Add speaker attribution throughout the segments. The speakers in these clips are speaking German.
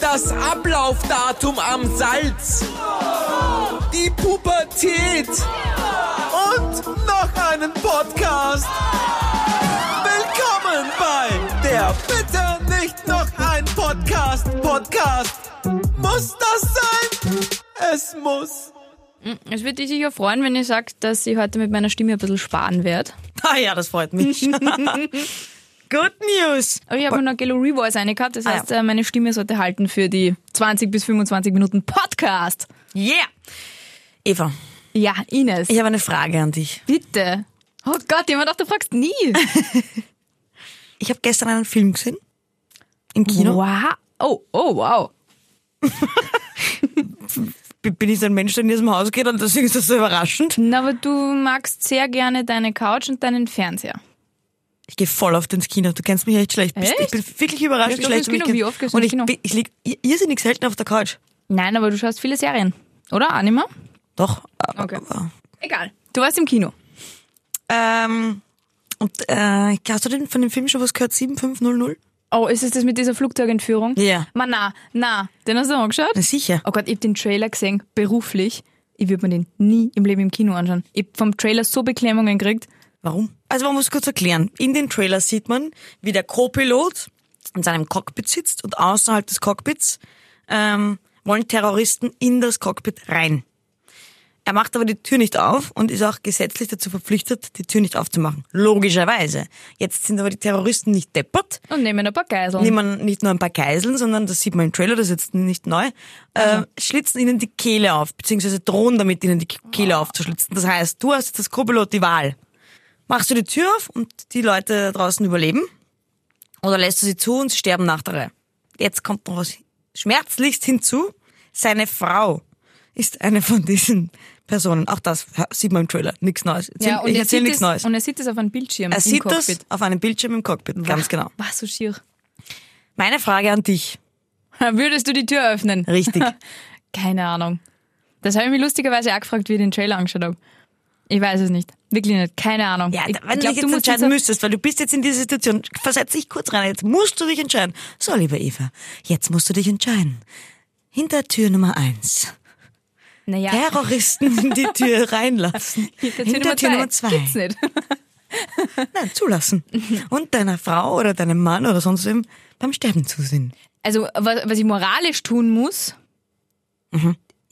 Speaker 1: das Ablaufdatum am Salz, die Pubertät und noch einen Podcast. Willkommen bei der Bitte nicht noch ein Podcast. Podcast. Muss das sein? Es muss.
Speaker 2: Es wird dich sicher freuen, wenn ihr sagt, dass ich heute mit meiner Stimme ein bisschen sparen werde.
Speaker 3: Ah ja, das freut mich. Good News.
Speaker 2: Aber ich habe noch Gelo Revoice eine gehabt, das heißt, äh, meine Stimme sollte halten für die 20 bis 25 Minuten Podcast.
Speaker 3: Yeah. Eva,
Speaker 2: Ja, Ines,
Speaker 3: ich habe eine Frage an dich.
Speaker 2: bitte. Oh Gott, jemand auch, du fragst nie.
Speaker 3: Ich habe gestern einen Film gesehen. Im Kino.
Speaker 2: Wow. Oh, oh, wow.
Speaker 3: B- Bin ich so ein Mensch, der in diesem Haus geht und deswegen ist das so überraschend.
Speaker 2: Na, aber du magst sehr gerne deine Couch und deinen Fernseher.
Speaker 3: Ich gehe voll oft ins Kino. Du kennst mich echt schlecht. Bist- Ich
Speaker 2: Echt?
Speaker 3: bin wirklich überrascht,
Speaker 2: Gehst
Speaker 3: wie
Speaker 2: du
Speaker 3: schlecht
Speaker 2: oft ins
Speaker 3: du
Speaker 2: Kino?
Speaker 3: mich
Speaker 2: Wie oft gehst
Speaker 3: kennst.
Speaker 2: du
Speaker 3: Und
Speaker 2: ins
Speaker 3: ich,
Speaker 2: Kino?
Speaker 3: bin- ich lieg ir- irrsinnig selten auf der Couch.
Speaker 2: Nein, aber du schaust viele Serien, oder? Anima?
Speaker 3: Doch.
Speaker 2: Okay.
Speaker 3: aber-
Speaker 2: Egal. Du warst im Kino.
Speaker 3: Ähm, und äh, hast du denn von dem Film schon was gehört? 7500?
Speaker 2: Oh, ist es das mit dieser Flugzeugentführung?
Speaker 3: Ja.
Speaker 2: Man, na, na. Den hast du angeschaut?
Speaker 3: Na sicher.
Speaker 2: Oh Gott, ich hab den Trailer gesehen, beruflich. Ich würde mir den nie im Leben im Kino anschauen. Ich hab vom Trailer so Beklemmungen gekriegt.
Speaker 3: Warum? Also man muss kurz erklären. In den Trailer sieht man, wie der Co-Pilot in seinem Cockpit sitzt und außerhalb des Cockpits ähm, wollen Terroristen in das Cockpit rein. Er macht aber die Tür nicht auf und ist auch gesetzlich dazu verpflichtet, die Tür nicht aufzumachen. Logischerweise. Jetzt sind aber die Terroristen nicht deppert,
Speaker 2: Und nehmen ein paar Geiseln.
Speaker 3: nehmen nicht nur ein paar Geiseln, sondern, das sieht man im Trailer, das ist jetzt nicht neu, äh, schlitzen ihnen die Kehle auf, beziehungsweise drohen damit, ihnen die
Speaker 2: Ah.
Speaker 3: Kehle aufzuschlitzen. Das heißt, du hast jetzt als Co-Pilot die Wahl. Machst du die Tür auf und die Leute da draußen überleben? Oder lässt du sie zu und sie sterben nach der Reihe? Jetzt kommt noch was schmerzlichst hinzu. Seine Frau ist eine von diesen Personen. Auch das sieht man im Trailer. Nichts Neues.
Speaker 2: ja, und
Speaker 3: ich
Speaker 2: er
Speaker 3: erzähle
Speaker 2: sieht
Speaker 3: nichts
Speaker 2: es-
Speaker 3: Neues.
Speaker 2: Und er sieht es auf einem Bildschirm
Speaker 3: Er
Speaker 2: im
Speaker 3: sieht
Speaker 2: Cockpit.
Speaker 3: das auf einem Bildschirm im Cockpit. Ganz genau.
Speaker 2: Was so schier.
Speaker 3: Meine Frage an dich.
Speaker 2: Würdest du die Tür öffnen?
Speaker 3: Richtig.
Speaker 2: Keine Ahnung. Das habe ich mich lustigerweise auch gefragt, wie ich den Trailer angeschaut habe. Ich weiß es nicht. Wirklich nicht. Keine Ahnung.
Speaker 3: Ja,
Speaker 2: ich,
Speaker 3: da- wenn
Speaker 2: ich glaub, du
Speaker 3: du dich jetzt
Speaker 2: musst
Speaker 3: entscheiden
Speaker 2: jetzt-
Speaker 3: müsstest, weil du bist jetzt in dieser Situation, versetz dich kurz rein, jetzt musst du dich entscheiden. So, liebe Eva, jetzt musst du dich entscheiden. Hinter Tür Nummer eins.
Speaker 2: Naja,
Speaker 3: Terroristen in die Tür reinlassen.
Speaker 2: hinter Tür Nummer, zwei. Gibt's nicht. Mhm.
Speaker 3: Nein, zulassen. Und deiner Frau oder deinem Mann oder sonst wem beim Sterben zusehen.
Speaker 2: Also, was, was ich moralisch tun muss,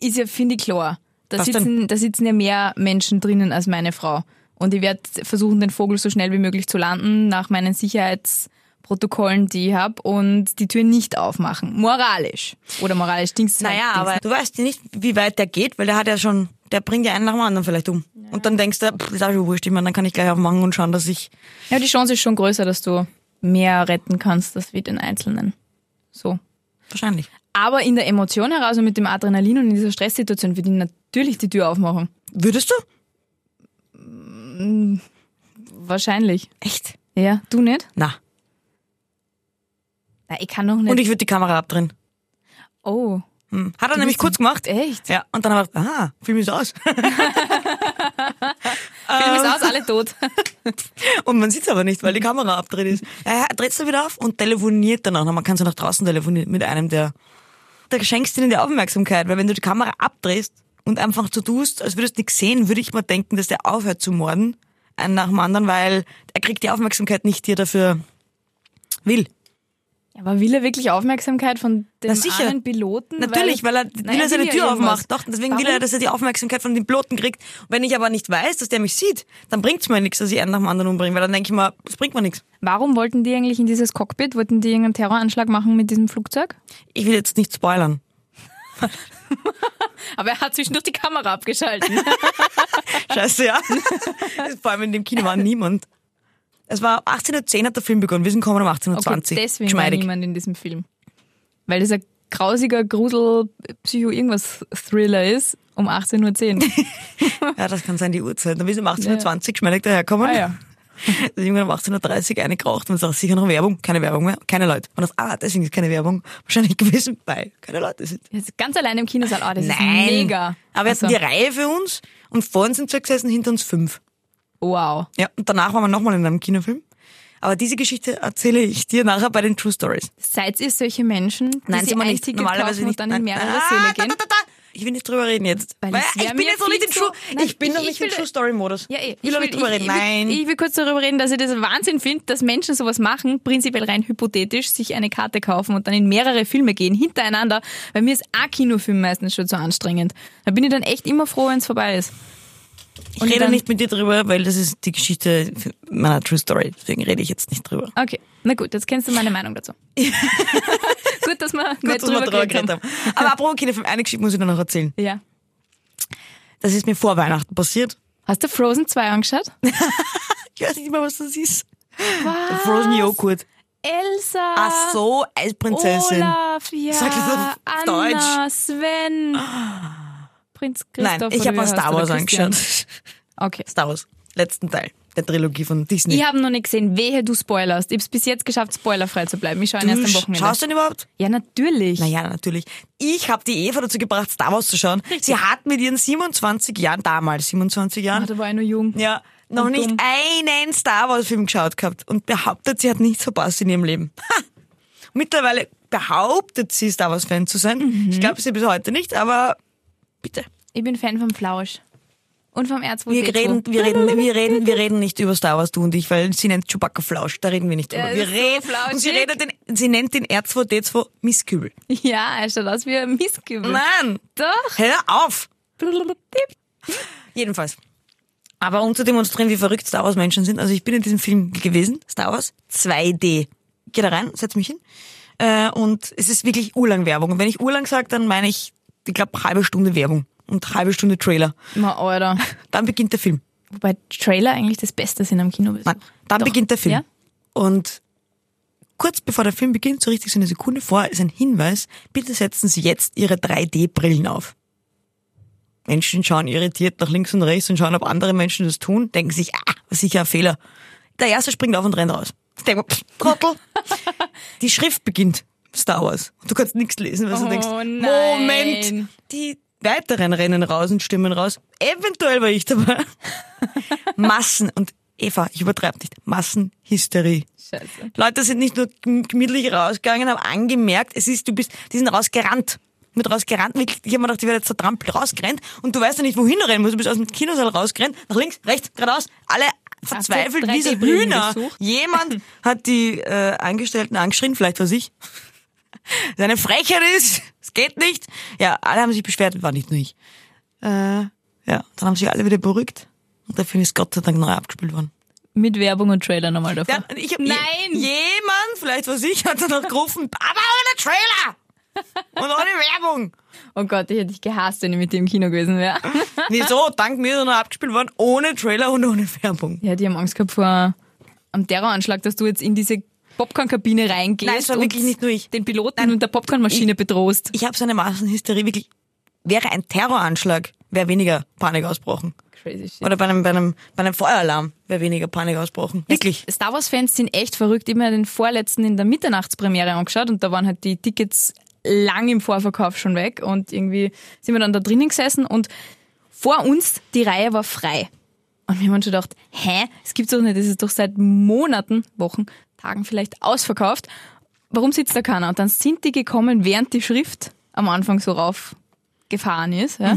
Speaker 2: ist ja, finde ich, klar. Da
Speaker 3: Mhm. Was
Speaker 2: sitzen, da sitzen ja mehr Menschen drinnen als meine Frau. Und ich werde versuchen, den Vogel so schnell wie möglich zu landen, nach meinen Sicherheitsprotokollen, die ich habe, und die Tür nicht aufmachen. Moralisch. Oder moralisch Dings.
Speaker 3: Naja, aber du weißt ja nicht, wie weit der geht, weil der hat ja schon, der bringt ja einen nach dem anderen vielleicht um. Und dann denkst du, pff, ist auch schon wurscht, ich meine, dann kann ich gleich aufmachen und schauen, dass ich
Speaker 2: Ja, die Chance ist schon größer, dass du mehr retten kannst, als wie den Einzelnen. So.
Speaker 3: wahrscheinlich.
Speaker 2: Aber in der Emotion heraus und mit dem Adrenalin und in dieser Stresssituation würde ich natürlich die Tür aufmachen.
Speaker 3: Würdest du?
Speaker 2: Wahrscheinlich.
Speaker 3: Echt?
Speaker 2: Ja, du nicht?
Speaker 3: Na.
Speaker 2: Nein, ich kann noch nicht.
Speaker 3: Und ich würde die Kamera abdrehen.
Speaker 2: oh,
Speaker 3: Hm. Hat er nämlich kurz gemacht.
Speaker 2: echt?
Speaker 3: Ja, und dann haben wir gedacht, ah, Film ist aus. Ähm,
Speaker 2: Film ist aus, alle tot.
Speaker 3: Und man sieht's aber nicht, weil die Kamera abdreht ist. Ja, ja, dreht's dann wieder auf und telefoniert dann auch noch. Man kann so nach draußen telefonieren mit einem, der, der schenkst ihnen die Aufmerksamkeit, weil wenn du die Kamera abdrehst und einfach so tust, als würdest du nichts sehen, würde ich mal denken, dass der aufhört zu morden, einen nach dem anderen, weil er kriegt die Aufmerksamkeit nicht, die er dafür will.
Speaker 2: Ja, Aber will er wirklich Aufmerksamkeit von dem
Speaker 3: Na sicher.
Speaker 2: anderen Piloten?
Speaker 3: Natürlich, weil er,
Speaker 2: Nein,
Speaker 3: will er seine
Speaker 2: ja
Speaker 3: Tür
Speaker 2: irgendwas.
Speaker 3: aufmacht. Doch, deswegen will er,
Speaker 2: Warum?
Speaker 3: dass er die Aufmerksamkeit von dem Piloten kriegt. Und wenn ich aber nicht weiß, dass der mich sieht, dann bringt's mir nichts, dass ich einen nach dem anderen umbringe, weil dann denke ich mir, das bringt mir nichts.
Speaker 2: Warum wollten die eigentlich in dieses Cockpit? Wollten die irgendeinen Terroranschlag machen mit diesem Flugzeug?
Speaker 3: Ich will jetzt nicht spoilern.
Speaker 2: Aber er hat zwischendurch die Kamera abgeschalten.
Speaker 3: Scheiße, ja. Vor allem in dem Kino war niemand. Es war 18.10 Uhr hat der Film begonnen. Wir sind gekommen um 18.20
Speaker 2: Okay,
Speaker 3: Uhr.
Speaker 2: deswegen war
Speaker 3: Geschmeidig.
Speaker 2: niemand in diesem Film. Weil dieser grausiger Grusel-Psycho-Irgendwas-Thriller ist um 18.10 Uhr.
Speaker 3: Ja, das kann sein, die Uhrzeit. Dann ist um 18.20 Uhr geschmeidig daherkommen.
Speaker 2: Ah ja.
Speaker 3: Irgendwann um 18.30 Uhr eine geraucht und sagt, sicher noch Werbung. Keine Werbung mehr. Keine Leute. Und das, ah, deswegen ist keine Werbung. Wahrscheinlich gewesen, weil keine Leute sind.
Speaker 2: Jetzt ganz allein im Kinosaal. Oh, das
Speaker 3: Nein.
Speaker 2: ist mega.
Speaker 3: Aber wir
Speaker 2: Also,
Speaker 3: hatten die Reihe für uns und vor uns sind zwei gesessen, hinter uns fünf.
Speaker 2: Wow.
Speaker 3: Ja, und danach waren wir nochmal in einem Kinofilm. Aber diese Geschichte erzähle ich dir nachher bei den True Stories.
Speaker 2: Seid ihr solche Menschen, die
Speaker 3: Nein,
Speaker 2: sich
Speaker 3: Simon
Speaker 2: ein
Speaker 3: nicht.
Speaker 2: Ticket
Speaker 3: Normalerweise
Speaker 2: kaufen
Speaker 3: nicht.
Speaker 2: und dann
Speaker 3: Nein.
Speaker 2: in mehrere
Speaker 3: ah,
Speaker 2: Säle
Speaker 3: da,
Speaker 2: gehen?
Speaker 3: da, da, da. Ich will nicht drüber reden jetzt.
Speaker 2: Weil
Speaker 3: Weil
Speaker 2: es wär
Speaker 3: ich bin
Speaker 2: mir
Speaker 3: jetzt noch
Speaker 2: viel
Speaker 3: nicht in
Speaker 2: zu-
Speaker 3: True.
Speaker 2: Nein,
Speaker 3: ich bin
Speaker 2: ich-
Speaker 3: noch
Speaker 2: ich
Speaker 3: nicht in
Speaker 2: will-
Speaker 3: True Story Modus.
Speaker 2: Ja, eh.
Speaker 3: ich will noch nicht drüber reden.
Speaker 2: ich,
Speaker 3: Nein.
Speaker 2: Will, ich will kurz darüber reden, dass ich das Wahnsinn finde, dass Menschen sowas machen, prinzipiell rein hypothetisch, sich eine Karte kaufen und dann in mehrere Filme gehen, hintereinander. Bei mir ist ein Kinofilm meistens schon zu anstrengend. Da bin ich dann echt immer froh, wenn es vorbei ist.
Speaker 3: Ich rede
Speaker 2: dann-
Speaker 3: nicht mit dir drüber, weil das ist die Geschichte meiner True Story. Deswegen rede ich jetzt nicht drüber.
Speaker 2: Okay, na gut, jetzt kennst du meine Meinung dazu. gut, dass wir
Speaker 3: Gut,
Speaker 2: nicht
Speaker 3: dass wir
Speaker 2: drüber
Speaker 3: drüber
Speaker 2: geredet haben.
Speaker 3: geredet haben. Aber apropos Kinderfilm, eine Geschichte muss ich dir noch erzählen.
Speaker 2: Ja.
Speaker 3: Das ist mir vor Weihnachten passiert.
Speaker 2: Hast du Frozen 2 angeschaut?
Speaker 3: Ich weiß nicht mehr, was das ist. Frozen Joghurt.
Speaker 2: Elsa!
Speaker 3: Ach so, Eisprinzessin.
Speaker 2: Ah. Olaf, ja.
Speaker 3: Sag das auf
Speaker 2: Anna, Sven. Prinz Christoph.
Speaker 3: Nein, ich
Speaker 2: oder wie
Speaker 3: habe
Speaker 2: er
Speaker 3: mal
Speaker 2: heißt,
Speaker 3: Star
Speaker 2: oder
Speaker 3: Wars
Speaker 2: Christian.
Speaker 3: angeschaut.
Speaker 2: Okay.
Speaker 3: Star Wars, letzten Teil der Trilogie von Disney.
Speaker 2: Ich habe noch nicht gesehen, wehe du spoilerst. Ich habe es bis jetzt geschafft, spoilerfrei zu bleiben. Ich schaue ihn erst am Wochenende.
Speaker 3: Schaust du denn überhaupt?
Speaker 2: Ja, natürlich.
Speaker 3: Naja, natürlich. Ich habe die Eva dazu gebracht, Star Wars zu schauen. Sie hat mit ihren 27 Jahren, damals 27 Jahren,
Speaker 2: Ach, Ah, da war ich noch jung.
Speaker 3: ja, noch
Speaker 2: Und
Speaker 3: nicht
Speaker 2: dumm.
Speaker 3: einen Star Wars-Film geschaut gehabt und behauptet, sie hat nichts verpasst in ihrem Leben. Ha! Mittlerweile behauptet sie, Star Wars-Fan zu sein.
Speaker 2: Mhm.
Speaker 3: Ich glaube sie bis heute nicht, aber bitte.
Speaker 2: Ich bin Fan vom Flausch. Und vom Erzwurzel.
Speaker 3: Wir reden, wir reden, wir reden, wir reden nicht über Star Wars, du und ich, weil sie nennt Chewbacca Flausch. Da reden wir nicht drüber.
Speaker 2: Er
Speaker 3: Wir
Speaker 2: ist so
Speaker 3: reden,
Speaker 2: flauschig.
Speaker 3: und sie redet den, sie nennt den R2D2 Misskübel.
Speaker 2: Ja, er schaut aus wie ein Mistkübel.
Speaker 3: Nein!
Speaker 2: Doch.
Speaker 3: Hör auf! Jedenfalls. Aber um zu demonstrieren, wie verrückt Star Wars Menschen sind, also ich bin in diesem Film gewesen, Star Wars 2D. Geh da rein, setz mich hin. Äh, und es ist wirklich urlang Werbung. Und wenn ich urlang sage, dann meine ich, ich glaube, halbe Stunde Werbung und halbe Stunde Trailer.
Speaker 2: Ma, Alter.
Speaker 3: Dann beginnt der Film.
Speaker 2: Wobei Trailer eigentlich das Beste sind am Kino.
Speaker 3: Nein, dann
Speaker 2: Doch.
Speaker 3: beginnt der Film.
Speaker 2: Ja?
Speaker 3: Und kurz bevor der Film beginnt, so richtig so eine Sekunde vor, ist ein Hinweis, bitte setzen Sie jetzt Ihre 3D-Brillen auf. Menschen schauen irritiert nach links und rechts und schauen, ob andere Menschen das tun, denken sich, ah, sicher ein Fehler. Der erste springt auf und rennt raus. Ich denke mir, pff, Trottel. Die Schrift beginnt, Star Wars. Und du kannst nichts lesen, weil
Speaker 2: Oh
Speaker 3: du denkst,
Speaker 2: nein.
Speaker 3: Moment, die weiteren rennen raus und stimmen raus. Eventuell war ich dabei. Massen und Eva, ich übertreibe nicht, Massenhysterie.
Speaker 2: Scheiße.
Speaker 3: Leute sind nicht nur gem- gemütlich rausgegangen, haben angemerkt, es ist, du bist, die sind rausgerannt. Mit rausgerannt, wirklich, ich habe mir gedacht, die werden jetzt zertrampelt, rausgerannt und du weißt ja nicht, wohin du rennen musst. Du bist aus dem Kinosaal rausgerannt, nach links, rechts, geradeaus, alle verzweifelt,
Speaker 2: Hast du
Speaker 3: wie so
Speaker 2: 3D-Brillen
Speaker 3: Hühner.
Speaker 2: gesucht?
Speaker 3: Jemand hat die äh, Angestellten angeschrien, vielleicht was ich. Seine Frechheit ist, es geht nicht. Ja, alle haben sich beschwert, war nicht nur ich. Äh, ja, dann haben sich alle wieder beruhigt und der Film ist Gott sei Dank neu abgespielt worden.
Speaker 2: Mit Werbung und Trailer nochmal davor.
Speaker 3: Ja, und ich hab,
Speaker 2: Nein!
Speaker 3: Je, jemand, vielleicht was ich, hat dann noch gerufen, aber ohne Trailer! Und ohne Werbung.
Speaker 2: Oh Gott, ich hätte dich gehasst, wenn ich mit dir im Kino gewesen wäre.
Speaker 3: Wieso? Dank mir ist er noch abgespielt worden, ohne Trailer und ohne Werbung.
Speaker 2: Ja, die haben Angst gehabt vor am Terroranschlag, dass du jetzt in diese Popcorn-Kabine reingehst
Speaker 3: Nein, es war
Speaker 2: und
Speaker 3: wirklich nicht nur ich.
Speaker 2: den Piloten und der Popcornmaschine bedrohst.
Speaker 3: Ich habe so eine Massenhysterie, wirklich. Wäre ein Terroranschlag, wäre weniger Panik ausbrochen.
Speaker 2: Crazy shit.
Speaker 3: Oder bei einem, bei einem, bei einem Feueralarm wäre weniger Panik ausbrochen. Wirklich.
Speaker 2: Star Wars-Fans sind echt verrückt. Ich habe mir den vorletzten in der Mitternachtspremiere angeschaut und da waren halt die Tickets lang im Vorverkauf schon weg und irgendwie sind wir dann da drinnen gesessen und vor uns die Reihe war frei. Und wir haben uns schon gedacht, hä, es gibt's doch nicht, das ist doch seit Monaten, Wochen, Tagen vielleicht ausverkauft. Warum sitzt da keiner? Und dann sind die gekommen, während die Schrift am Anfang so rauf gefahren ist. Ja?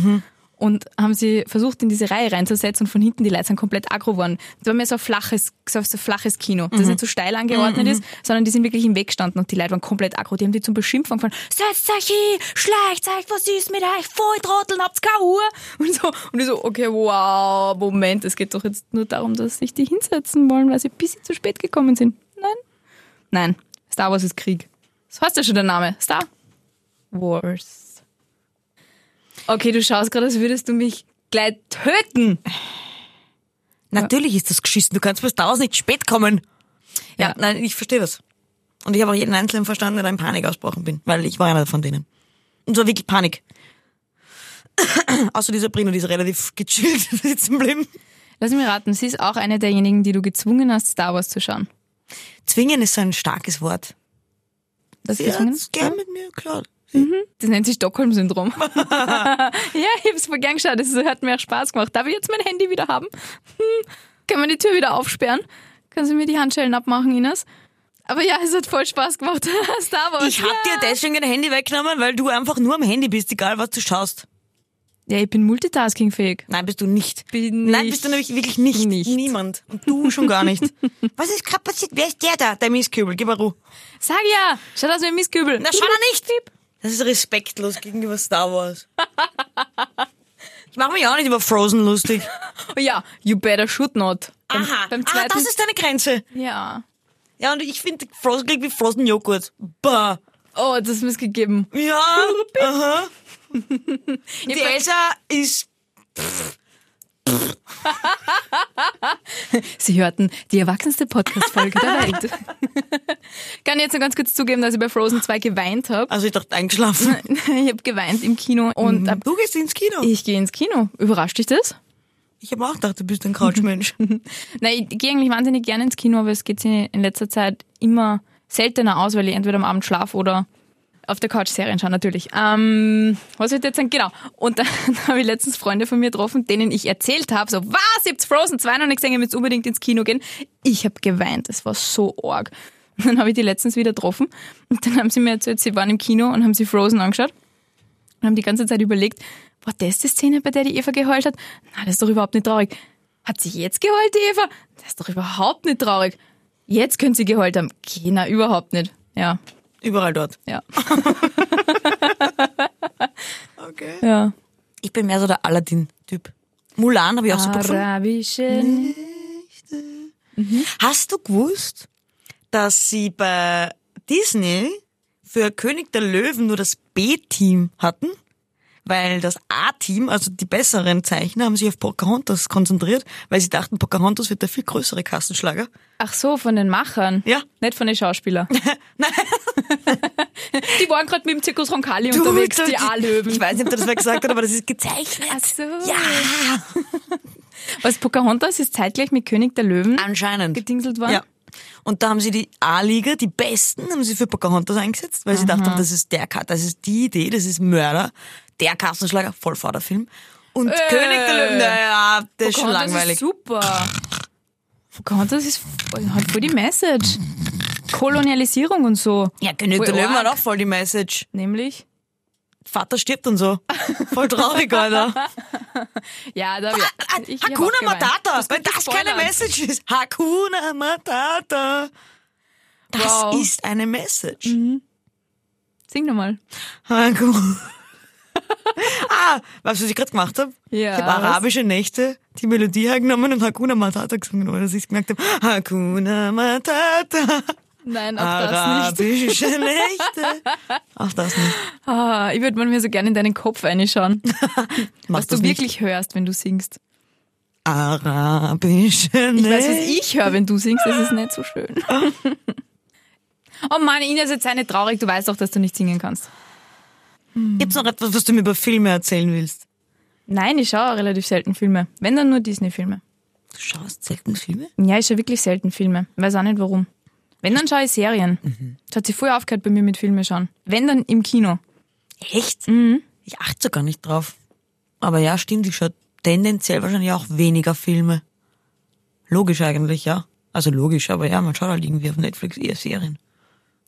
Speaker 2: Und haben sie versucht, in diese Reihe reinzusetzen und von hinten die Leute sind komplett aggro geworden. Das war mehr so ein flaches, so so ein flaches Kino, das nicht so steil angeordnet ist, sondern die sind wirklich im Weg gestanden und die Leute waren komplett aggro. Die haben die zum Beschimpfen gefahren. Setzt euch hin, schleicht euch, was ist mit euch? Volltrotteln, habt keine Uhr? Und so. Und ich so, okay, wow, Moment, es geht doch jetzt nur darum, dass sich die hinsetzen wollen, weil sie ein bisschen zu spät gekommen sind. Nein. Nein. Star Wars ist Krieg. Das heißt ja schon der Name. Star Wars. Okay, du schaust gerade, als würdest du mich gleich töten.
Speaker 3: Natürlich ist das geschissen. Du kannst bis daraus nicht spät kommen. Ja,
Speaker 2: Ja.
Speaker 3: nein, ich verstehe das. Und ich habe auch jeden Einzelnen verstanden, der in Panik ausbrochen bin, weil ich war einer von denen. Und so wirklich Panik. Außer die Sabrina, die ist relativ gechillt sitzen geblieben.
Speaker 2: Lass mich raten, sie ist auch eine derjenigen, die du gezwungen hast, Star Wars zu schauen.
Speaker 3: Zwingen ist so ein starkes Wort.
Speaker 2: Das,
Speaker 3: Sie
Speaker 2: gezwungen?
Speaker 3: hat's gern mit mir, klar.
Speaker 2: das nennt sich Stockholm-Syndrom. ja, ich hab's voll gern geschaut. Das hat mir auch Spaß gemacht. Darf ich jetzt mein Handy wieder haben? Hm, kann man die Tür wieder aufsperren? Kannst du mir die Handschellen abmachen, Ines? Aber ja, es hat voll Spaß gemacht. Star Wars.
Speaker 3: Ich hab
Speaker 2: ja.
Speaker 3: dir deswegen dein Handy weggenommen, weil du einfach nur am Handy bist, egal was du schaust.
Speaker 2: ja, ich bin multitaskingfähig.
Speaker 3: Nein, bist du nicht.
Speaker 2: Bin
Speaker 3: Nein,
Speaker 2: ich
Speaker 3: bist du nämlich wirklich nicht.
Speaker 2: nicht.
Speaker 3: Niemand. Und du schon gar nicht. was ist gerade passiert? Wer ist der da? Der Mieskübel. Gib mal Ruhe.
Speaker 2: Sag ja! Schau aus wie ein Mistkübel.
Speaker 3: Na, schau da nicht. Das ist respektlos gegenüber Star Wars. Ich mache mich auch nicht über Frozen lustig.
Speaker 2: Oh ja, you better should not. Beim-
Speaker 3: Aha.
Speaker 2: Beim
Speaker 3: ah,
Speaker 2: zweiten.
Speaker 3: das ist deine Grenze.
Speaker 2: ja.
Speaker 3: Ja, und ich finde Frozen klingt wie Frozen Joghurt. Bah.
Speaker 2: Oh, das ist mir gegeben.
Speaker 3: Ja. Aha. Die
Speaker 2: hab-
Speaker 3: Elsa ist
Speaker 2: Sie hörten die erwachsenste Podcast-Folge der Welt. Kann jetzt nur ganz kurz zugeben, dass ich bei Frozen 2 geweint habe.
Speaker 3: Also ich dachte eingeschlafen.
Speaker 2: Ich habe geweint im Kino und hab,
Speaker 3: Du gehst ins Kino. Ich,
Speaker 2: ich gehe ins Kino. Überrascht dich das?
Speaker 3: habe auch gedacht, du bist ein Couchmensch.
Speaker 2: Nein, ich gehe eigentlich wahnsinnig gerne ins Kino, aber es geht sich in letzter Zeit immer seltener aus, weil ich entweder am Abend schlafe oder auf der Couch Serien schaue, natürlich. Ähm, was wird jetzt sagen? Genau. Und dann habe ich letztens Freunde von mir getroffen, denen ich erzählt habe, so, was, ihr habt Frozen 2 noch nicht gesehen, ihr müsst unbedingt ins Kino gehen. Ich habe geweint, das war so arg. Und dann habe ich die letztens wieder getroffen und dann haben sie mir erzählt, sie waren im Kino und haben sie Frozen angeschaut und haben die ganze Zeit überlegt, war das die Szene, bei der die Eva geheult hat? Na, das ist doch überhaupt nicht traurig. Hat sie jetzt geheult, die Eva? Das ist doch überhaupt nicht traurig. Jetzt könnte sie geheult haben. Okay, na, überhaupt nicht. Ja,
Speaker 3: Überall dort.
Speaker 2: ja,
Speaker 3: Okay.
Speaker 2: ja.
Speaker 3: Ich bin mehr so der Aladdin-Typ. Mulan habe ich auch super gefunden.
Speaker 2: Arabische.
Speaker 3: Hast du gewusst, dass sie bei Disney für König der Löwen nur das B-Team hatten? Weil das A-Team, also die besseren Zeichner, haben sich auf Pocahontas konzentriert, weil sie dachten, Pocahontas wird der viel größere Kassenschlager.
Speaker 2: Ach so, von den Machern.
Speaker 3: Ja.
Speaker 2: Nicht von den Schauspielern. die waren gerade mit dem Zirkus Roncalli
Speaker 3: Du,
Speaker 2: unterwegs,
Speaker 3: du,
Speaker 2: die
Speaker 3: Ich
Speaker 2: A-Löwen. Also
Speaker 3: weiß nicht, ob du das mal gesagt hast, aber das ist gezeichnet.
Speaker 2: Ach so.
Speaker 3: Ja,
Speaker 2: Was, Pocahontas ist zeitgleich mit König der Löwen
Speaker 3: anscheinend.
Speaker 2: gedingselt worden?
Speaker 3: Ja. Und da haben sie die A-Liga, die Besten, haben sie für Pocahontas eingesetzt, weil sie dachten, das ist der, Ka- das ist die Idee, das ist Mörder, der Kassenschlager, Vollvaterfilm. Und König der Löwen, naja, das ist schon
Speaker 2: Äh, Pocahontas
Speaker 3: langweilig.
Speaker 2: Oh Ist super. Pocahontas ist voll- hat voll die Message. Kolonialisierung und so.
Speaker 3: ja, König
Speaker 2: Voll
Speaker 3: der Löwen
Speaker 2: arg.
Speaker 3: hat auch voll die Message.
Speaker 2: Nämlich?
Speaker 3: Vater stirbt und so. Voll traurig, Alter.
Speaker 2: Ja, da hab ich, ich hab auch
Speaker 3: Ah, Hakuna
Speaker 2: geweint.
Speaker 3: Matata, wenn
Speaker 2: könnte
Speaker 3: das
Speaker 2: spoilern.
Speaker 3: keine Message ist. Hakuna Matata. Das
Speaker 2: Wow.
Speaker 3: ist eine Message.
Speaker 2: Sing nochmal.
Speaker 3: Ah, cool. ah, weißt du, was ich gerade gemacht habe?
Speaker 2: Ja,
Speaker 3: Ich
Speaker 2: was?
Speaker 3: habe arabische Nächte die Melodie hergenommen und Hakuna Matata gesungen, ohne dass ich gemerkt habe. Hakuna Matata,
Speaker 2: Nein, auch
Speaker 3: Ah,
Speaker 2: das nicht.
Speaker 3: arabische Nächte. Auch das nicht.
Speaker 2: Ah, ich würde manchmal so gerne in deinen Kopf reinschauen,
Speaker 3: Mach
Speaker 2: was du
Speaker 3: das nicht.
Speaker 2: wirklich hörst, wenn du singst.
Speaker 3: Arabische Nächte.
Speaker 2: Ich weiß, was ich höre, wenn du singst, das ist nicht so schön. Oh Mann, Ines, jetzt sei nicht traurig, du weißt doch, dass du nicht singen kannst.
Speaker 3: Gibt's noch etwas, was du mir über Filme erzählen willst?
Speaker 2: Nein, ich schaue relativ selten Filme. Wenn, dann nur Disney-Filme.
Speaker 3: Du schaust selten Filme?
Speaker 2: Ja, ich schaue wirklich selten Filme. Weiß auch nicht warum. Wenn, dann schaue ich Serien. Das hat sich vorher aufgehört bei mir mit Filme schauen. Wenn, dann im Kino.
Speaker 3: Echt? Ich achte so gar nicht drauf. Aber ja, stimmt, ich schaue tendenziell wahrscheinlich auch weniger Filme. Logisch eigentlich, ja. Also logisch, aber ja, man schaut halt irgendwie auf Netflix eher Serien.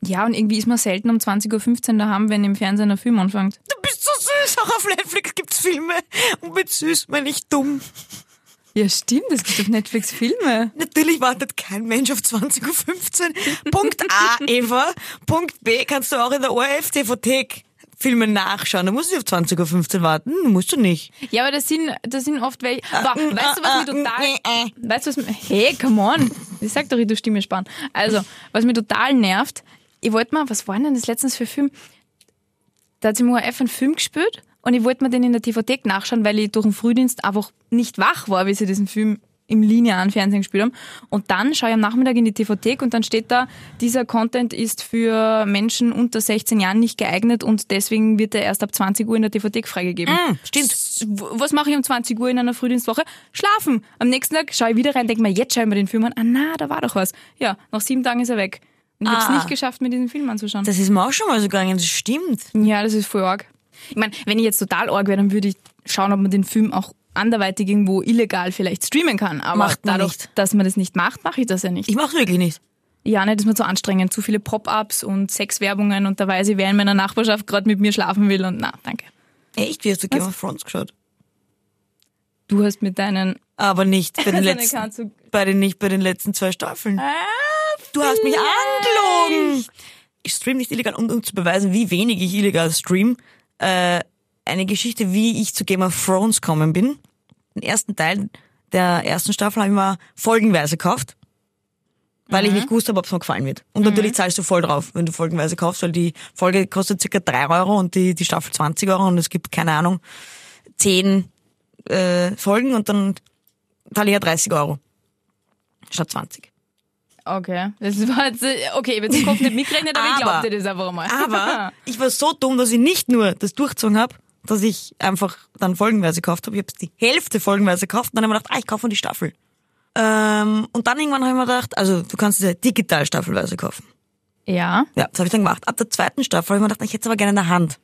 Speaker 2: Ja, und irgendwie ist man selten um 20.15 Uhr daheim, wenn im Fernsehen ein Film anfängt.
Speaker 3: Du bist so süß, auch auf Netflix gibt's Filme. Und mit süß meine ich dumm.
Speaker 2: Ja, stimmt, es gibt auf Netflix Filme.
Speaker 3: Natürlich wartet kein Mensch auf 20.15 Uhr. Punkt A, Eva. Punkt B, kannst du auch in der ORF-Defothek Filme nachschauen. Du musst nicht auf 20.15 Uhr warten, musst du nicht.
Speaker 2: Ja, aber das sind, das sind oft welche. Boah, weißt du, was
Speaker 3: äh,
Speaker 2: mir total.
Speaker 3: äh, äh.
Speaker 2: Weißt du, was mir. Hey, come on! Ich sag doch, ich tu Stimme sparen. Also, was mir total nervt, ich wollte mal, was war denn das letztens für ein Film? Da hat sie im ORF einen Film gespielt und ich wollte mir den in der TVT nachschauen, weil ich durch den Frühdienst einfach nicht wach war, wie sie diesen Film im linearen Fernsehen gespielt haben. Und dann schaue ich am Nachmittag in die TVT und dann steht da, dieser Content ist für Menschen unter 16 Jahren nicht geeignet und deswegen wird er erst ab 20 Uhr in der TVT freigegeben.
Speaker 3: Hm, stimmt.
Speaker 2: S- w- was mache ich um 20 Uhr in einer Frühdienstwoche? Schlafen. Am nächsten Tag schaue ich wieder rein, denke mir, jetzt schaue ich mir den Film an. Ah, na, da war doch was. Ja, nach sieben Tagen ist er weg. Und ich hab's
Speaker 3: Ah.
Speaker 2: habe es nicht geschafft, mir diesen Film anzuschauen.
Speaker 3: Das ist mir auch schon mal so gegangen, das stimmt.
Speaker 2: ja, das ist voll arg. Ich meine, wenn ich jetzt total arg wäre, dann würde ich schauen, ob man den Film auch anderweitig irgendwo illegal vielleicht streamen kann. Aber
Speaker 3: Macht man
Speaker 2: dadurch,
Speaker 3: nicht.
Speaker 2: dass man das nicht macht, mache ich das ja nicht.
Speaker 3: Ich mache wirklich nicht.
Speaker 2: Ja, nicht, das ist mir zu anstrengend. Zu viele Pop-ups und Sexwerbungen und da weiß ich, wer in meiner Nachbarschaft gerade mit mir schlafen will und na, danke.
Speaker 3: Echt? Wie hast du Game of Thrones geschaut?
Speaker 2: Du hast mit deinen
Speaker 3: Aber nicht bei den
Speaker 2: Also,
Speaker 3: letzten,
Speaker 2: dann kannst du-
Speaker 3: bei den, nicht bei den letzten zwei Staffeln. du hast mich angelogen. Ich stream nicht illegal und um zu beweisen, wie wenig ich illegal stream, äh, eine Geschichte, wie ich zu Game of Thrones gekommen bin. Den ersten Teil der ersten Staffel habe ich mal folgenweise gekauft, weil ich nicht gewusst habe, ob es mir gefallen wird. Und natürlich zahlst du voll drauf, wenn du folgenweise kaufst, weil die Folge kostet circa 3 Euro und die, die Staffel 20 Euro und es gibt, keine Ahnung, 10 äh, Folgen und dann zahle ich ja 30 Euro statt 20.
Speaker 2: Okay, das war jetzt, okay, ich habe jetzt im Kopf nicht mitgerechnet, aber, ich
Speaker 3: Aber-
Speaker 2: glaub dir das einfach einmal.
Speaker 3: Aber ich war so dumm, dass ich nicht nur das durchgezogen habe, dass ich einfach dann folgenweise gekauft habe. Ich habe die Hälfte folgenweise gekauft und dann habe ich mir gedacht, ah, ich kaufe nur die Staffel. Ähm, und dann irgendwann habe ich mir gedacht, also du kannst diese digital staffelweise kaufen.
Speaker 2: ja,
Speaker 3: Ja, das habe ich dann gemacht. Ab der zweiten Staffel habe ich mir gedacht, ich hätte es aber gerne in der Hand.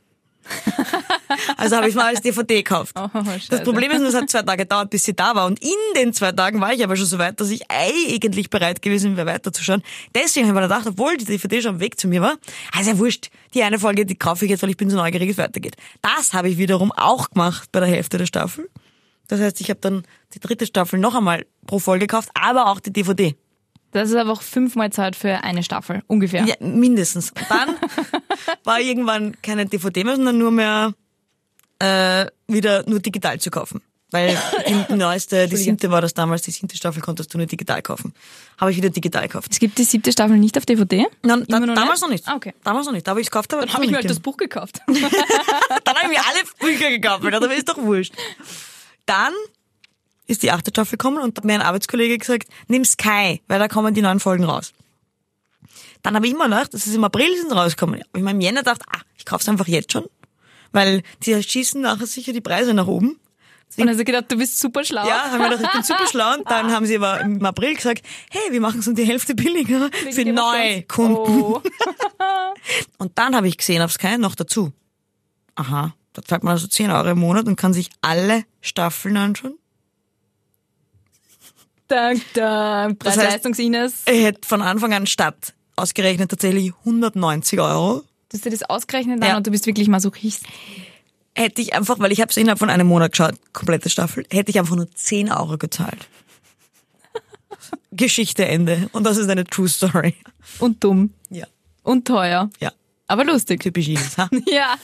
Speaker 3: also habe ich es mal als DVD gekauft. Das
Speaker 2: Scheiße.
Speaker 3: Problem ist nur, es hat zwei Tage gedauert, bis sie da war. Und in den zwei Tagen war ich aber schon so weit, dass ich eigentlich bereit gewesen wäre, weiterzuschauen. Deswegen habe ich mir gedacht, obwohl die DVD schon am Weg zu mir war, also ja wurscht, die eine Folge, die kaufe ich jetzt, weil ich bin so neugierig, wie es weitergeht. Das habe ich wiederum auch gemacht bei der Hälfte der Staffel. Das heißt, ich habe dann die dritte Staffel noch einmal pro Folge gekauft, aber auch die DVD.
Speaker 2: das ist einfach fünfmal Zeit für eine Staffel, ungefähr.
Speaker 3: Ja, mindestens. Und Dann war irgendwann keine DVD mehr, sondern nur mehr äh, wieder nur digital zu kaufen. Weil die neueste, die siebte war das damals, die siebte Staffel konntest du nur digital kaufen. Habe ich wieder digital gekauft.
Speaker 2: Es gibt die siebte Staffel nicht auf DVD?
Speaker 3: Nein, da,
Speaker 2: Immer noch
Speaker 3: damals
Speaker 2: nicht?
Speaker 3: noch nicht.
Speaker 2: Ah, okay.
Speaker 3: Damals noch nicht. Da habe ich es gekauft, aber
Speaker 2: Habe ich mir halt das
Speaker 3: dann
Speaker 2: Buch gekauft.
Speaker 3: habe ich mir alle Bücher gekauft, weil dann ist doch wurscht. Dann ist die achte Staffel gekommen und hat mir ein Arbeitskollege gesagt, nimm Sky, weil da kommen die neuen Folgen raus. Dann habe ich immer gedacht, das ist im April sind sie rausgekommen. Hab Ich meine, im Jänner gedacht, ah, ich kauf's einfach jetzt schon, weil die schießen nachher sicher die Preise nach oben.
Speaker 2: Und also gedacht, du bist super schlau.
Speaker 3: Ja, haben wir gedacht, ich bin super schlau. Und dann haben sie aber im April gesagt, hey, wir machen es um die Hälfte billiger für
Speaker 2: Game of
Speaker 3: neue
Speaker 2: Thrones.
Speaker 3: Kunden.
Speaker 2: Oh.
Speaker 3: Und dann habe ich gesehen auf Sky noch dazu. Aha, da zahlt man also 10 Euro im Monat und kann sich alle Staffeln anschauen.
Speaker 2: Dank, dank.
Speaker 3: Das heißt-
Speaker 2: Preis-Leistungs-Ines.
Speaker 3: Ich hätte von Anfang an statt ausgerechnet tatsächlich 190 Euro.
Speaker 2: Du hast dir das ausgerechnet dann
Speaker 3: Ja.
Speaker 2: und du bist wirklich Masochist.
Speaker 3: Hätte ich einfach, weil ich habe es innerhalb von einem Monat geschaut, komplette Staffel, hätte ich einfach nur 10 Euro gezahlt. Geschichte Ende. Und das ist eine True Story.
Speaker 2: Und dumm.
Speaker 3: Ja.
Speaker 2: Und teuer.
Speaker 3: Ja.
Speaker 2: Aber lustig.
Speaker 3: Typisch Ines, ha?
Speaker 2: Ja.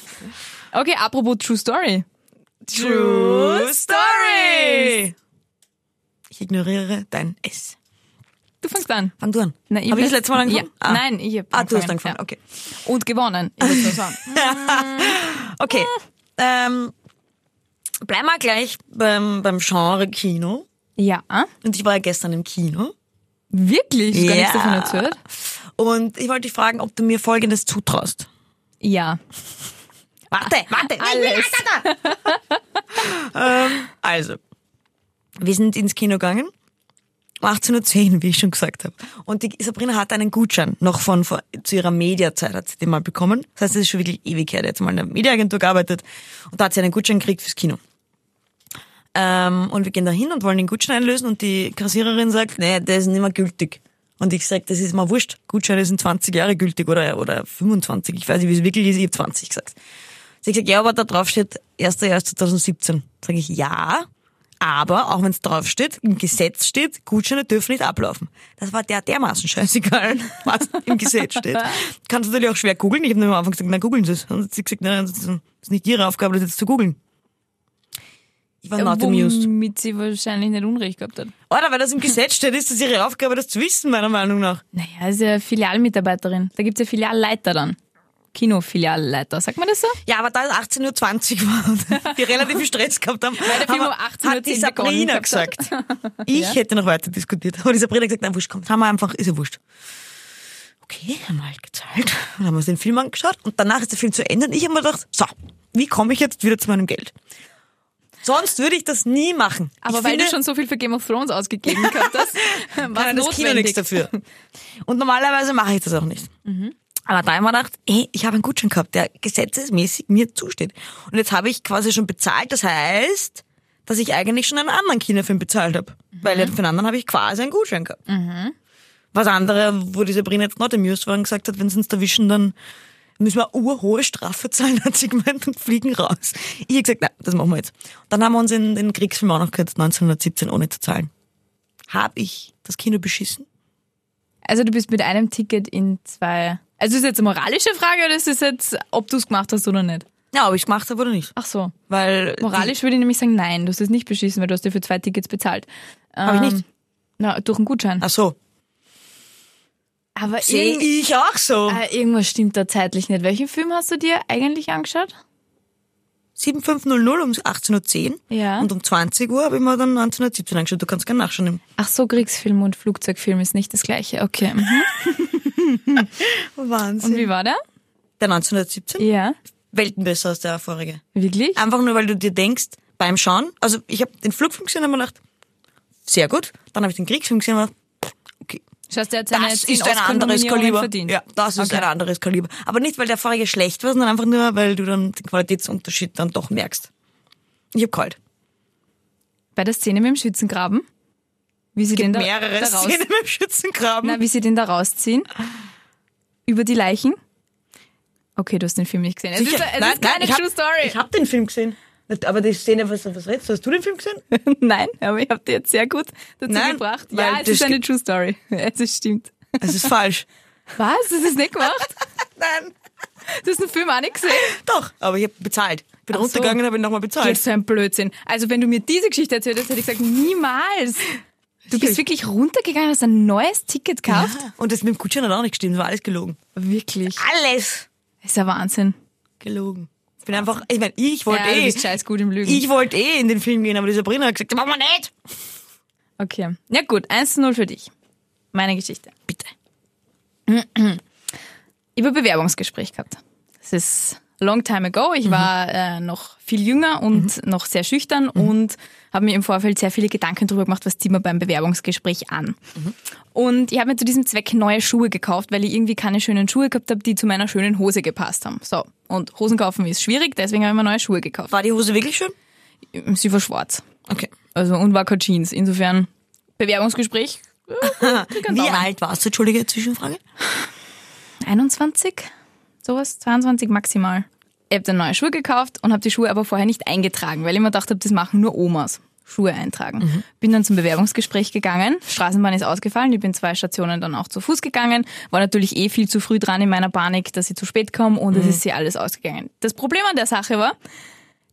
Speaker 2: Okay, apropos True Story.
Speaker 3: True Story! Ich ignoriere dein S.
Speaker 2: Du fängst an.
Speaker 3: Fang du an.
Speaker 2: Na,
Speaker 3: Hab ich das
Speaker 2: weiß-
Speaker 3: letzte Mal angefangen?
Speaker 2: Ja.
Speaker 3: Ah.
Speaker 2: Nein, ich habe
Speaker 3: Ah, du hast angefangen, okay.
Speaker 2: Und gewonnen. Ich würd's so sagen.
Speaker 3: Okay. Ähm, bleib mal gleich beim, beim Genre Kino.
Speaker 2: ja,
Speaker 3: Und ich war ja gestern im Kino.
Speaker 2: Ah, wirklich? Ich hab gar nichts
Speaker 3: Ja.
Speaker 2: davon erzählt?
Speaker 3: Und ich wollte dich fragen, ob du mir Folgendes zutraust.
Speaker 2: Ja.
Speaker 3: Warte, warte.
Speaker 2: Alles.
Speaker 3: Also, wir sind ins Kino gegangen. Um 18.10 Uhr, wie ich schon gesagt habe. Und die Sabrina hatte einen Gutschein noch von, vor- zu ihrer Mediazeit, hat sie den mal bekommen. Das heißt, das ist schon wirklich ewig her. Der hat jetzt mal in der Mediaagentur gearbeitet und da hat sie einen Gutschein gekriegt fürs Kino. Ähm, und wir gehen da hin und wollen den Gutschein einlösen und die Kassiererin sagt, nee, der ist nicht mehr gültig. Und ich sag, das ist mal wurscht. Gutscheine sind 20 Jahre gültig oder, oder 25. Ich weiß nicht, wie es wirklich ist. Ich habe 20 gesagt. Sie hat gesagt, ja, aber da drauf steht 1.1.2017. Sag ich, ja, aber auch wenn es drauf steht, im Gesetz steht, Gutscheine dürfen nicht ablaufen. Das war der dermaßen scheißegal, was im Gesetz steht. Kannst du natürlich auch schwer googeln. Ich habe am Anfang gesagt, na, googeln Sie es. Und hat sie gesagt, nein, das ist nicht Ihre Aufgabe, das jetzt zu googeln. Ich war not amused.
Speaker 2: Womit sie wahrscheinlich nicht Unrecht gehabt hat.
Speaker 3: Oder weil das im Gesetz steht, ist es ihre Aufgabe, das zu wissen, meiner Meinung nach.
Speaker 2: Naja, ist ja Filialmitarbeiterin. Da gibt's ja Filialleiter dann. Kinofilialleiter. Sagt man das so?
Speaker 3: Ja, aber da es 18.20 Uhr war und wir relativ viel Stress gehabt haben,
Speaker 2: der Film
Speaker 3: haben
Speaker 2: um 18.10
Speaker 3: wir- hat die
Speaker 2: begonnen
Speaker 3: Sabrina
Speaker 2: gehabt hat.
Speaker 3: gesagt. Ich hätte noch weiter diskutiert. Aber die Sabrina hat gesagt, nein, wurscht, komm, haben wir einfach, ist ja wurscht. Okay, haben wir halt gezahlt. Dann haben wir uns den Film angeschaut und danach ist der Film zu Ende und ich habe mir gedacht, so, wie komme ich jetzt wieder zu meinem Geld? Sonst würde ich das nie machen.
Speaker 2: Aber
Speaker 3: ich
Speaker 2: weil
Speaker 3: finde,
Speaker 2: du schon so viel für Game of Thrones ausgegeben gehabt hast, war
Speaker 3: kann das Kino
Speaker 2: notwendig.
Speaker 3: nichts dafür. Mhm. Und normalerweise mache ich das auch nicht. Aber da habe ich mir gedacht, hey, ich habe einen Gutschein gehabt, der gesetzesmäßig mir zusteht. Und jetzt habe ich quasi schon bezahlt. Das heißt, dass ich eigentlich schon einen anderen Kinofilm bezahlt habe. Weil für einen anderen habe ich quasi einen Gutschein gehabt. Was andere, wo die Sabrina jetzt not amused war und gesagt hat, wenn sie uns erwischen, dann müssen wir urhohe Strafe zahlen, hat sie gemeint, und fliegen raus. Ich habe gesagt, nein, das machen wir jetzt. Dann haben wir uns in den Kriegsfilm auch noch gehört, 1917, ohne zu zahlen. Hab ich das Kino beschissen?
Speaker 2: Also du bist mit einem Ticket in zwei. Also ist jetzt eine moralische Frage oder ist es jetzt, ob du es gemacht hast oder nicht?
Speaker 3: Ja, ob ich gemacht habe oder nicht.
Speaker 2: Ach so.
Speaker 3: Weil
Speaker 2: Moralisch würde ich nämlich sagen, nein, du hast es nicht beschissen, weil du hast dir für zwei Tickets bezahlt.
Speaker 3: Habe ich
Speaker 2: ähm,
Speaker 3: nicht.
Speaker 2: Na, durch einen Gutschein.
Speaker 3: Ach so.
Speaker 2: Aber
Speaker 3: Sehe
Speaker 2: irgend-
Speaker 3: ich auch so.
Speaker 2: Ah, irgendwas stimmt da zeitlich nicht. Welchen Film hast du dir eigentlich angeschaut?
Speaker 3: 7500 um 18.10 Uhr
Speaker 2: Ja.
Speaker 3: und um 20 Uhr habe ich mir dann 1917 angeschaut. Du kannst gerne nachschauen.
Speaker 2: Ach so, Kriegsfilm und Flugzeugfilm ist nicht das gleiche. Okay. mhm. Und
Speaker 3: Wahnsinn.
Speaker 2: wie war der?
Speaker 3: Der 1917?
Speaker 2: Ja.
Speaker 3: Welten besser als der vorige.
Speaker 2: Wirklich?
Speaker 3: Einfach nur, weil du dir denkst, beim Schauen, also ich habe den Flugfilm gesehen und hab mir gedacht, sehr gut. Dann habe ich den Kriegsfilm gesehen und hab mir gedacht, okay,
Speaker 2: Schaust du jetzt eine
Speaker 3: das ist ein anderes Kaliber.
Speaker 2: verdient?
Speaker 3: Ja, das ist ein anderes Kaliber. Aber nicht, weil der vorige schlecht war, sondern einfach nur, weil du dann den Qualitätsunterschied dann doch merkst. Ich habe kalt.
Speaker 2: Bei der Szene mit dem Schützengraben, wie sie den da,
Speaker 3: Mehrere
Speaker 2: da raus,
Speaker 3: Szenen im Schützengraben.
Speaker 2: na, wie sie den da rausziehen, über die Leichen. Okay, du hast den Film nicht gesehen. Es ist,
Speaker 3: Sicher.
Speaker 2: es
Speaker 3: Nein,
Speaker 2: ist
Speaker 3: nein,
Speaker 2: keine
Speaker 3: ich hab-
Speaker 2: True Story.
Speaker 3: Ich habe den Film gesehen. Nicht- Aber die Szene, was, was redest du? Hast du den Film gesehen?
Speaker 2: Nein, aber ich habe dir jetzt sehr gut dazu
Speaker 3: Nein,
Speaker 2: gebracht.
Speaker 3: weil
Speaker 2: Ja, es
Speaker 3: das
Speaker 2: ist eine True Story. Es ist stimmt.
Speaker 3: Es ist falsch.
Speaker 2: Was? Das ist nicht gemacht?
Speaker 3: Nein.
Speaker 2: Du hast den Film auch nicht gesehen?
Speaker 3: Doch, aber ich habe bezahlt. Bin
Speaker 2: Ach so.
Speaker 3: runtergegangen und habe ihn nochmal bezahlt.
Speaker 2: Jetzt so ein Blödsinn. Also wenn du mir diese Geschichte erzählt hättest, hätte ich gesagt, niemals. Du bist wirklich runtergegangen, hast ein neues Ticket gekauft?
Speaker 3: Und das mit dem Gutschein hat auch nicht gestimmt. Das war alles gelogen.
Speaker 2: Wirklich.
Speaker 3: Alles
Speaker 2: Ist ja Wahnsinn.
Speaker 3: gelogen. Ich bin einfach, ich meine, ich wollte
Speaker 2: Ja, du
Speaker 3: eh,
Speaker 2: bist scheiß gut im Lügen.
Speaker 3: ich wollte eh in den Film gehen, aber die Sabrina hat gesagt, das machen wir nicht.
Speaker 2: Okay. Ja gut, 1 zu 0 für dich. Meine Geschichte.
Speaker 3: Bitte.
Speaker 2: Ich habe ein Bewerbungsgespräch gehabt. Das ist long time ago.
Speaker 3: Mhm.
Speaker 2: Ich war äh, noch viel jünger und noch sehr schüchtern
Speaker 3: Mhm.
Speaker 2: und habe mir im Vorfeld sehr viele Gedanken darüber gemacht, was zieht man beim Bewerbungsgespräch an.
Speaker 3: Mhm.
Speaker 2: Und ich habe mir zu diesem Zweck neue Schuhe gekauft, weil ich irgendwie keine schönen Schuhe gehabt habe, die zu meiner schönen Hose gepasst haben. So. Und Hosen kaufen ist schwierig, deswegen habe ich mir neue Schuhe gekauft.
Speaker 3: War die Hose wirklich schön?
Speaker 2: Sie war schwarz.
Speaker 3: Okay.
Speaker 2: Also, und war keine Jeans. Insofern, Bewerbungsgespräch,
Speaker 3: Wie alt warst du? Entschuldige, Zwischenfrage.
Speaker 2: 21, sowas, 22 maximal. Ich habe dann neue Schuhe gekauft und habe die Schuhe aber vorher nicht eingetragen, weil ich mir gedacht habe, das machen nur Omas. Schuhe eintragen. Bin dann zum Bewerbungsgespräch gegangen. Straßenbahn ist ausgefallen. Ich bin zwei Stationen dann auch zu Fuß gegangen. War natürlich eh viel zu früh dran in meiner Panik, dass ich zu spät komme und es ist sie alles ausgegangen. Das Problem an der Sache war,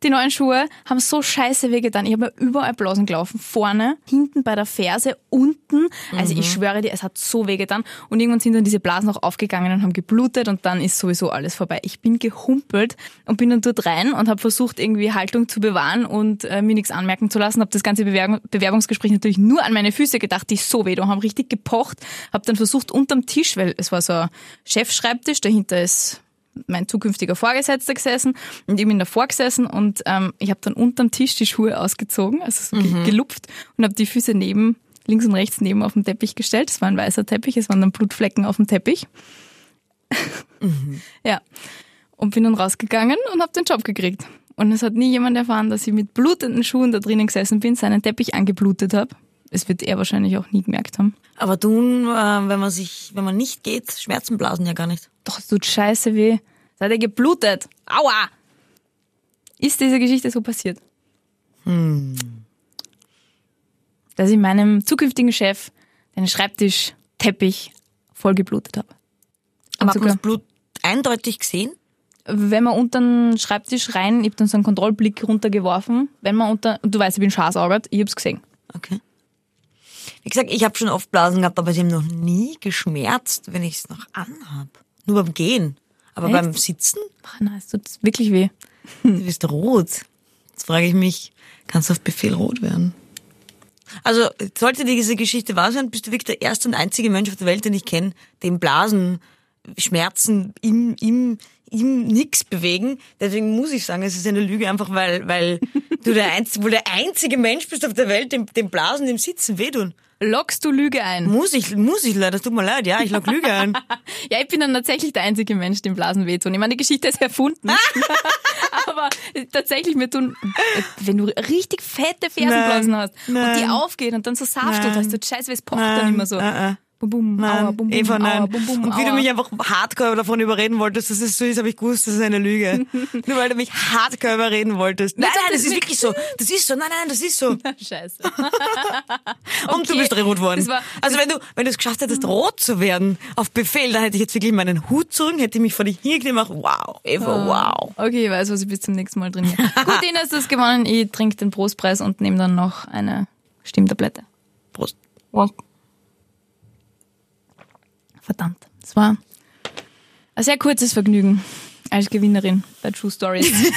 Speaker 2: die neuen Schuhe haben so scheiße wehgetan. Ich habe mir überall Blasen gelaufen. Vorne, hinten bei der Ferse, unten. Also ich schwöre dir, es hat so wehgetan. Und irgendwann sind dann diese Blasen auch aufgegangen und haben geblutet und dann ist sowieso alles vorbei. Ich bin gehumpelt und bin dann dort rein und habe versucht, irgendwie Haltung zu bewahren und äh, mir nichts anmerken zu lassen. Habe das ganze Bewerbung, Bewerbungsgespräch natürlich nur an meine Füße gedacht, die so weh tun haben, richtig gepocht. Habe dann versucht, unterm Tisch, weil es war so ein Chefschreibtisch, dahinter ist mein zukünftiger Vorgesetzter gesessen und ich bin davor gesessen und ähm, ich habe dann unterm Tisch die Schuhe ausgezogen, also so ge- gelupft und habe die Füße neben, links und rechts neben auf den Teppich gestellt. Es war ein weißer Teppich, es waren dann Blutflecken auf dem Teppich. Ja. Und bin dann rausgegangen und habe den Job gekriegt. Und es hat nie jemand erfahren, dass ich mit blutenden Schuhen da drinnen gesessen bin, seinen Teppich angeblutet habe. Es wird er wahrscheinlich auch nie gemerkt haben.
Speaker 3: Aber tun, äh, wenn man sich, wenn man nicht geht, Schmerzen blasen ja gar nicht.
Speaker 2: Doch, es tut scheiße weh. Es hat er geblutet. Aua! Ist diese Geschichte so passiert? Hm. Dass ich meinem zukünftigen Chef den Schreibtischteppich voll geblutet habe.
Speaker 3: Aber hat man
Speaker 2: sogar-
Speaker 3: das Blut eindeutig gesehen?
Speaker 2: Wenn man unter den Schreibtisch rein, ich hab dann so einen Kontrollblick runtergeworfen, wenn man unter, und du weißt, ich bin scharsaugert, ich hab's gesehen.
Speaker 3: Okay. Wie gesagt, ich habe schon oft Blasen gehabt, aber sie haben noch nie geschmerzt, wenn ich es noch anhab. Nur beim Gehen. Aber
Speaker 2: Echt?
Speaker 3: beim Sitzen,
Speaker 2: Ach nein, es tut wirklich weh.
Speaker 3: du bist rot. Jetzt frage ich mich, kannst du auf Befehl rot werden? Also, sollte diese Geschichte wahr sein, bist du wirklich der erste und einzige Mensch auf der Welt, den ich kenne, dem Blasen, Schmerzen im, im, im Nix bewegen. Deswegen muss ich sagen, es ist eine Lüge, einfach weil, weil du der einzige, wohl der einzige Mensch bist auf der Welt, dem, dem Blasen, dem Sitzen wehtun.
Speaker 2: Lockst du Lüge ein?
Speaker 3: Muss ich, muss ich leider, es tut mir leid, ja, ich lag Lüge ein.
Speaker 2: Ja, ich bin dann tatsächlich der einzige Mensch, dem Blasen wehtun. Ich meine, die Geschichte ist erfunden. aber aber tatsächlich, mir tun, wenn du richtig fette Fersenblasen
Speaker 3: Nein,
Speaker 2: hast und die
Speaker 3: nein.
Speaker 2: aufgehen und dann so Saft und
Speaker 3: Nein.
Speaker 2: hast du scheiße, es pocht dann
Speaker 3: Nein,
Speaker 2: immer so.
Speaker 3: äh, äh.
Speaker 2: Bum, bum,
Speaker 3: Nein,
Speaker 2: aua, bum, bum,
Speaker 3: Eva, nein.
Speaker 2: aua, bum, bum,
Speaker 3: und wie
Speaker 2: aua.
Speaker 3: du mich einfach hardcore davon überreden wolltest, dass es so ist, habe ich gewusst, das ist eine Lüge. Nur weil du mich hardcore überreden wolltest. Nein,
Speaker 2: das
Speaker 3: nein, das
Speaker 2: ist
Speaker 3: ist
Speaker 2: mir-
Speaker 3: wirklich so. Das ist so. Nein, nein, das ist so.
Speaker 2: Scheiße.
Speaker 3: Und du bist rot worden.
Speaker 2: Das Mhm. war-
Speaker 3: also wenn du, wenn du es geschafft hättest, rot zu werden, auf Befehl, dann hätte ich jetzt wirklich meinen Hut zurück, hätte ich mich vor dich hingemacht. Wow, Eva, wow.
Speaker 2: Okay, ich weiß, was ich bis zum nächsten Mal trinke. Gut, Ines, du hast gewonnen. Ich trinke den Prostpreis und nehme dann noch eine Stimmtablette.
Speaker 3: Prost.
Speaker 2: Verdammt. Es war ein sehr kurzes Vergnügen als Gewinnerin bei True Stories.